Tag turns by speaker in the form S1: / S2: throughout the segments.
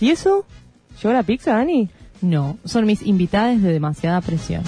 S1: ¿Y eso? ¿Llegó la pizza, Dani?
S2: No, son mis invitadas de demasiada presión.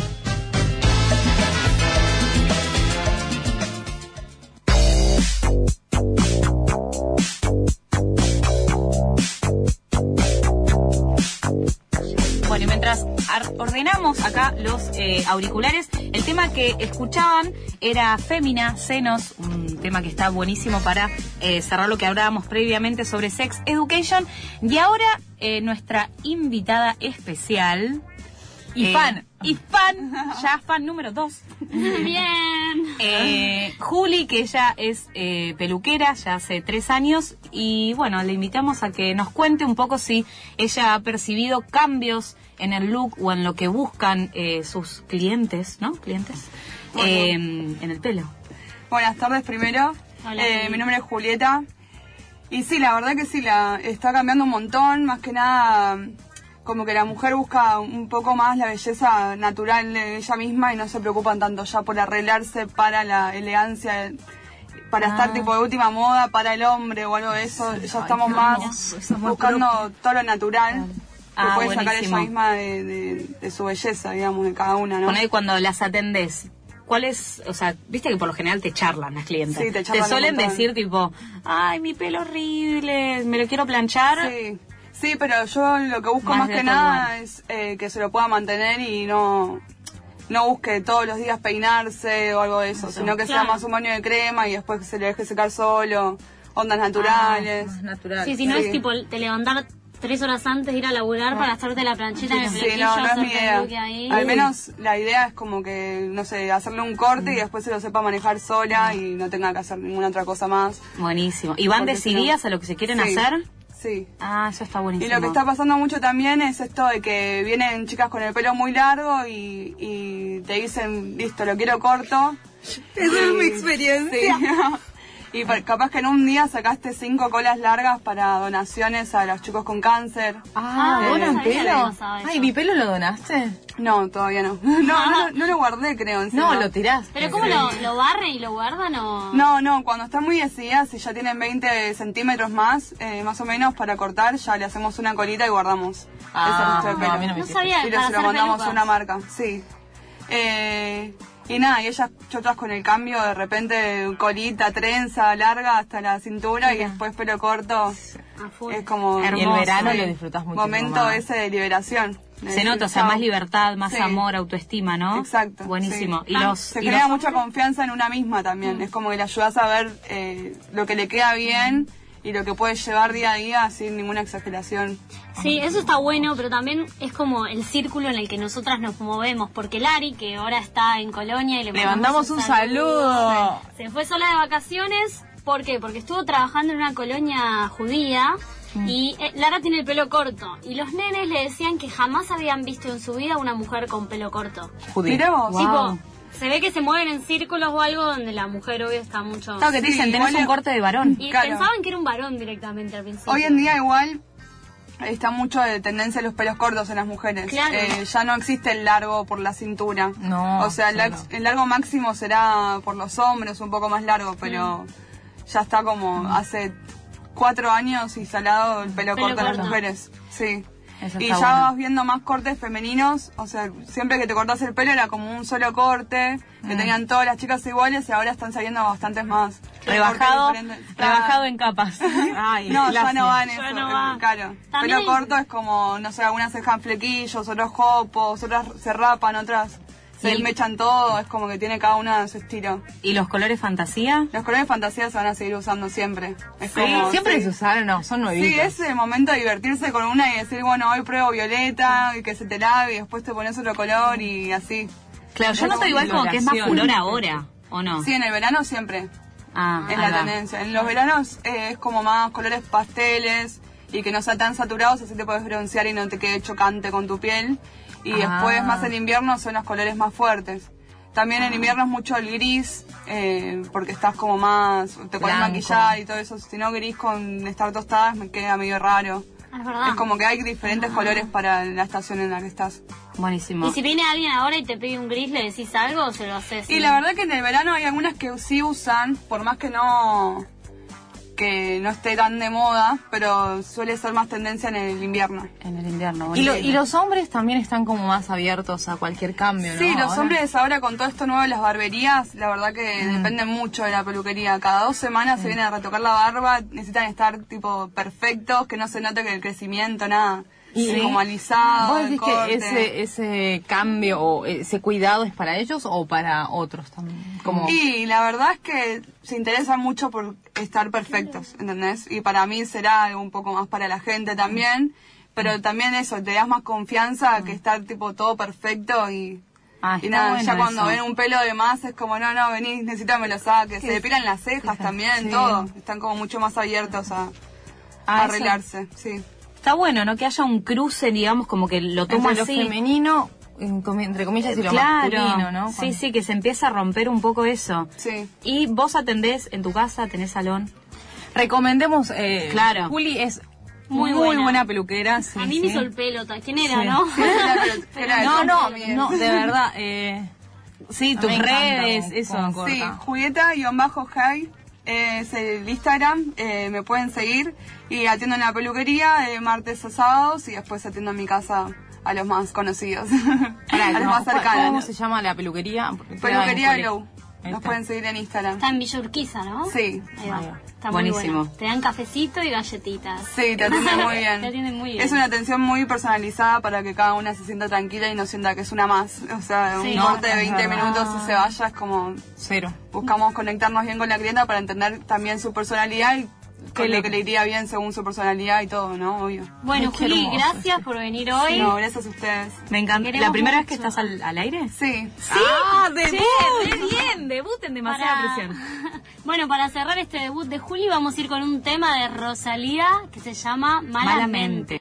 S3: Bueno, y mientras ar- ordenamos acá los eh, auriculares, el tema que escuchaban era Fémina, Senos, un tema que está buenísimo para eh, cerrar lo que hablábamos previamente sobre Sex Education. Y ahora eh, nuestra invitada especial. eh,
S4: Y fan.
S3: Y fan, ya fan número dos.
S4: Bien.
S3: Eh, Juli, que ella es eh, peluquera ya hace tres años y bueno, le invitamos a que nos cuente un poco si ella ha percibido cambios en el look o en lo que buscan eh, sus clientes, ¿no? Clientes
S5: Bueno.
S3: eh, en el pelo.
S5: Buenas tardes primero.
S4: Hola,
S5: Eh,
S4: Juli.
S5: mi nombre es Julieta. Y sí, la verdad que sí, la está cambiando un montón. Más que nada, como que la mujer busca un poco más la belleza natural de ella misma y no se preocupan tanto ya por arreglarse para la elegancia, para estar tipo de última moda para el hombre o algo de eso. ya estamos más buscando todo lo natural. Que
S3: Ah,
S5: puede sacar
S3: buenísimo.
S5: ella misma de, de- de su belleza, digamos, de cada una, ¿no?
S3: Poné cuando las atendés. ¿Cuál es, o sea, viste que por lo general te charlan las clientes?
S5: Sí, te charlan un
S3: suelen
S5: montón.
S3: decir tipo, ay, mi pelo horrible, me lo quiero planchar.
S5: Sí, sí, pero yo lo que busco
S3: Más
S5: más,
S3: de
S5: que
S3: otro
S5: nada
S3: lugar.
S5: es eh, que se lo pueda mantener y no, no busque todos los días peinarse o algo de eso, sino que sea
S4: claro.
S5: más un baño de crema y después que se le deje secar solo, ondas
S3: Ah,
S5: naturales.
S1: Natural.
S4: Sí, si no
S5: Sí.
S4: es tipo el- te levantar tres horas antes de ir a laburar para hacerte la planchita en el
S5: Sí,
S4: flequillo,
S5: no, no es mi
S4: hacerte el
S5: idea.
S4: bloque ahí.
S5: Al menos la idea es como que, no sé, hacerle un corte y después se lo sepa manejar sola y no tenga que hacer ninguna otra cosa más.
S3: Buenísimo. ¿Y van
S5: Porque si no-
S3: decididas a lo que se quieren
S5: Sí,
S3: hacer?
S5: Sí.
S3: Ah, eso está buenísimo.
S5: Y lo que está pasando mucho también es esto de que vienen chicas con el pelo muy largo y, y te dicen, listo, lo quiero corto.
S6: Esa es
S5: Y-
S6: mi experiencia.
S5: sí. y pa- capaz que en un día sacaste cinco colas largas para donaciones a los chicos con cáncer.
S4: Ah,
S6: Ah,
S4: vos no
S6: ¿donan
S4: sabías que
S6: pelo?
S4: pasaba eso.
S6: Ay, ¿mi pelo lo donaste?
S5: No, todavía no. No, no, no lo guardé, creo.
S6: Ah. No,
S5: encima.
S6: lo tiraste.
S4: Pero ¿cómo lo, lo barren y lo guardan o...?
S5: No, no, cuando están muy decididas y ya tienen 20 centímetros más, eh, más o menos, para cortar, ya le hacemos una colita y guardamos.
S6: Ah,
S5: Ese es
S6: no,
S5: nuestro
S6: a
S5: pelo.
S6: mí no me
S4: No
S6: Sí,
S4: sabía
S5: Y
S4: que
S5: lo-
S4: para
S5: se lo
S4: hacer
S5: mandamos a
S4: pelucas.
S5: una marca, sí. Eh, y nada, y ellas chotas con el cambio, de repente colita, trenza, larga hasta la cintura y después pelo corto.
S4: A Ah, full.
S5: Es como...
S3: Y el
S5: hermoso,
S3: verano
S5: sí.
S6: lo disfrutás mucho,
S5: Momento
S6: mamá.
S5: ese de liberación. De
S3: Se
S5: decir,
S3: nota, o sea,
S5: chao.
S3: más libertad, más
S5: Sí.
S3: amor, autoestima, ¿no?
S5: Exacto,
S3: Buenísimo.
S5: sí. Ah,
S3: Y los,
S5: Se
S3: y
S5: genera
S3: los-
S5: mucha confianza en una misma también.
S4: Mm.
S5: Es como que le ayudas a ver eh, lo que le queda bien y lo que puede llevar día a día sin ninguna exageración.
S4: Sí, eso está bueno, pero también es como el círculo en el que nosotras nos movemos, porque Lari, que ahora está en Colonia y le,
S6: Le mandamos un saludo.
S4: se fue sola de vacaciones, ¿por qué? Porque estuvo trabajando en una colonia judía
S5: Mm.
S4: y eh, Lara tiene el pelo corto y los nenes le decían que jamás habían visto en su vida una mujer con pelo corto.
S6: Judí.
S5: Mirá vos.
S4: Tipo, se ve que se mueven en círculos o algo donde la mujer obvio está mucho...
S3: Claro, que te
S5: Sí,
S3: dicen, tenés
S5: igual
S3: un
S5: es-
S3: corte de varón.
S4: Y
S5: claro.
S4: pensaban que era un varón directamente al principio.
S5: Hoy en día igual está mucho de tendencia a los pelos cortos en las mujeres.
S4: Claro.
S5: Eh, ya no existe el largo por la cintura.
S6: No,
S5: O sea, el,
S6: sí,
S5: lax- el largo máximo será por los hombros, un poco más largo, pero ya está
S6: Mm.
S5: como hace cuatro años instalado el pelo,
S4: Pelo
S5: corto en las
S4: corto.
S5: mujeres. Sí.
S6: Eso
S5: Y ya
S6: está bueno.
S5: vas viendo más cortes femeninos, o sea, siempre que te cortas el pelo era como un solo corte,
S6: Mm.
S5: que tenían todas las chicas iguales y ahora están saliendo bastantes más.
S2: Rebajado,
S5: Cortes diferentes.
S2: rebajado en capas.
S6: Ay,
S5: No, ya
S2: Gracias.
S5: no van eso.
S4: Ya no va.
S5: Claro. Pelo
S4: También hay-
S5: corto es como, no sé, algunas se dejan flequillos, otros copos, otras se rapan, otras se
S3: Sí.
S5: mechan todo. Es como que tiene cada una su estilo.
S3: ¿Y los colores fantasía?
S5: Los colores fantasía se van a seguir usando siempre. Es
S3: Sí,
S5: como-
S6: Siempre
S5: sí.
S6: se usaron, no, son nuevitos.
S5: Sí, es el momento de divertirse con una y decir, bueno, hoy pruebo violeta y que se te lave y después te pones otro color y así.
S3: Claro, yo noto igual como que es más furor ahora, ¿o
S4: Ah.
S3: no?
S5: Sí, en el verano siempre.
S3: Ah,
S5: Es
S3: ahí
S5: la
S3: va.
S5: tendencia. En los veranos eh, es como más colores pasteles y que no sea tan saturados, así te puedes broncear y no te quede chocante con tu piel. Y después, más en invierno, son los colores más fuertes. También en invierno es mucho el gris, eh, porque estás como más, te puedes
S6: Blanco.
S5: maquillar y todo eso. Si no, gris con estar tostadas me queda medio raro.
S4: Ah, Es verdad.
S5: Es como que hay diferentes colores para la estación en la que estás.
S3: Buenísimo.
S4: Y si viene alguien ahora y te pide un gris, le decís algo o se lo haces.
S5: Y la verdad que en el verano hay algunas que sí usan, por más que no que no esté tan de moda, pero suele ser más tendencia en el invierno.
S6: En el invierno.
S5: Y
S6: Y,
S5: lo- y
S6: los hombres también están como más abiertos a cualquier cambio, ¿no?
S5: Sí, los
S6: Ahora. Mm.
S5: hombres ahora con todo esto nuevo de las barberías, la verdad que dependen mucho de la peluquería. Cada dos semanas se vienen a retocar la barba, necesitan estar tipo perfectos, que no se note que el crecimiento, nada.
S6: Y-
S5: Sí, Como alisado,
S6: ¿Vos
S5: el
S6: decís
S5: corte.
S6: que ese, ese cambio o ese cuidado es para ellos o para otros también? Como...
S5: Y la verdad es que se interesan mucho por estar perfectos, ¿entendés? Y para mí será algo un poco más para la gente también, pero también eso, te das más confianza que estar tipo todo perfecto y...
S6: Ah,
S5: y
S6: está
S5: nada,
S6: bueno
S5: ya cuando
S6: eso.
S5: ven un pelo de más es como, no, no, venís, necesito me lo saques. Se depilan las cejas también,
S6: sí.
S5: todo. Están como mucho más abiertos a, a
S6: Ah, eso.
S5: arreglarse, sí.
S3: Está bueno, ¿no? Que haya un cruce, digamos, como que lo toma
S6: Entre lo
S3: así.
S6: femenino, en com- entre comillas, y lo
S3: claro.
S6: masculino, ¿no?
S3: Sí, sí, que se empieza a romper un poco eso.
S5: Sí.
S3: Y vos atendés en tu casa, tenés salón.
S6: Recomendemos. Eh,
S3: Claro.
S6: Juli es
S4: Muy
S6: muy,
S4: buena.
S6: buena. peluquera. sí,
S4: a mí me
S6: sí.
S4: hizo el pelota. ¿Quién era, no?
S5: Era
S6: No,
S5: eso
S6: no,
S5: también.
S6: no, de verdad. Eh, sí,
S3: A
S6: tus
S3: mí me encanta
S6: redes,
S3: cómo-
S6: eso.
S3: cómo
S5: Sí,
S6: corta.
S5: Julieta-Jai eh, es el Instagram, eh, me pueden seguir y atiendo en la peluquería de martes a sábados y después atiendo en mi casa a los más conocidos, a los
S6: No, ¿cuál- ¿Cómo
S5: más cercanos.
S6: se llama la peluquería? Porque queda en
S5: Peluquería
S6: Cole-
S5: Low,
S6: Ahí
S5: nos
S6: está.
S5: pueden seguir en Instagram.
S4: Está en Villa Urquiza, ¿no?
S5: Sí,
S4: Ahí va.
S6: Ahí va.
S4: Está
S3: Buenísimo.
S4: muy bueno. Te dan cafecito y galletitas.
S5: sí, te atienden muy bien.
S4: Te atienden muy bien.
S5: Es una atención muy personalizada para que cada una se sienta tranquila y no sienta que es una más. O sea,
S4: Sí.
S5: un corte de
S6: No, es
S5: 20
S6: verdad.
S5: minutos y se vaya es como
S6: Cero.
S5: buscamos conectarnos bien con la clienta para entender también su personalidad y con lo que le iría bien según su personalidad y todo, ¿no? Obvio.
S4: Bueno,
S6: Qué
S4: Juli,
S6: hermoso.
S4: gracias por venir hoy.
S5: No, gracias a ustedes.
S3: Me encanta.
S4: Queremos
S3: ¿La primera
S4: mucho.
S3: vez que estás al, al aire?
S5: Sí.
S3: ¡Ah, debut! bien! Debuten demasiada
S4: Para-
S3: presión.
S4: Bueno, para cerrar este debut de Juli vamos a ir con un tema de Rosalía que se llama Malamente.
S3: Malamente.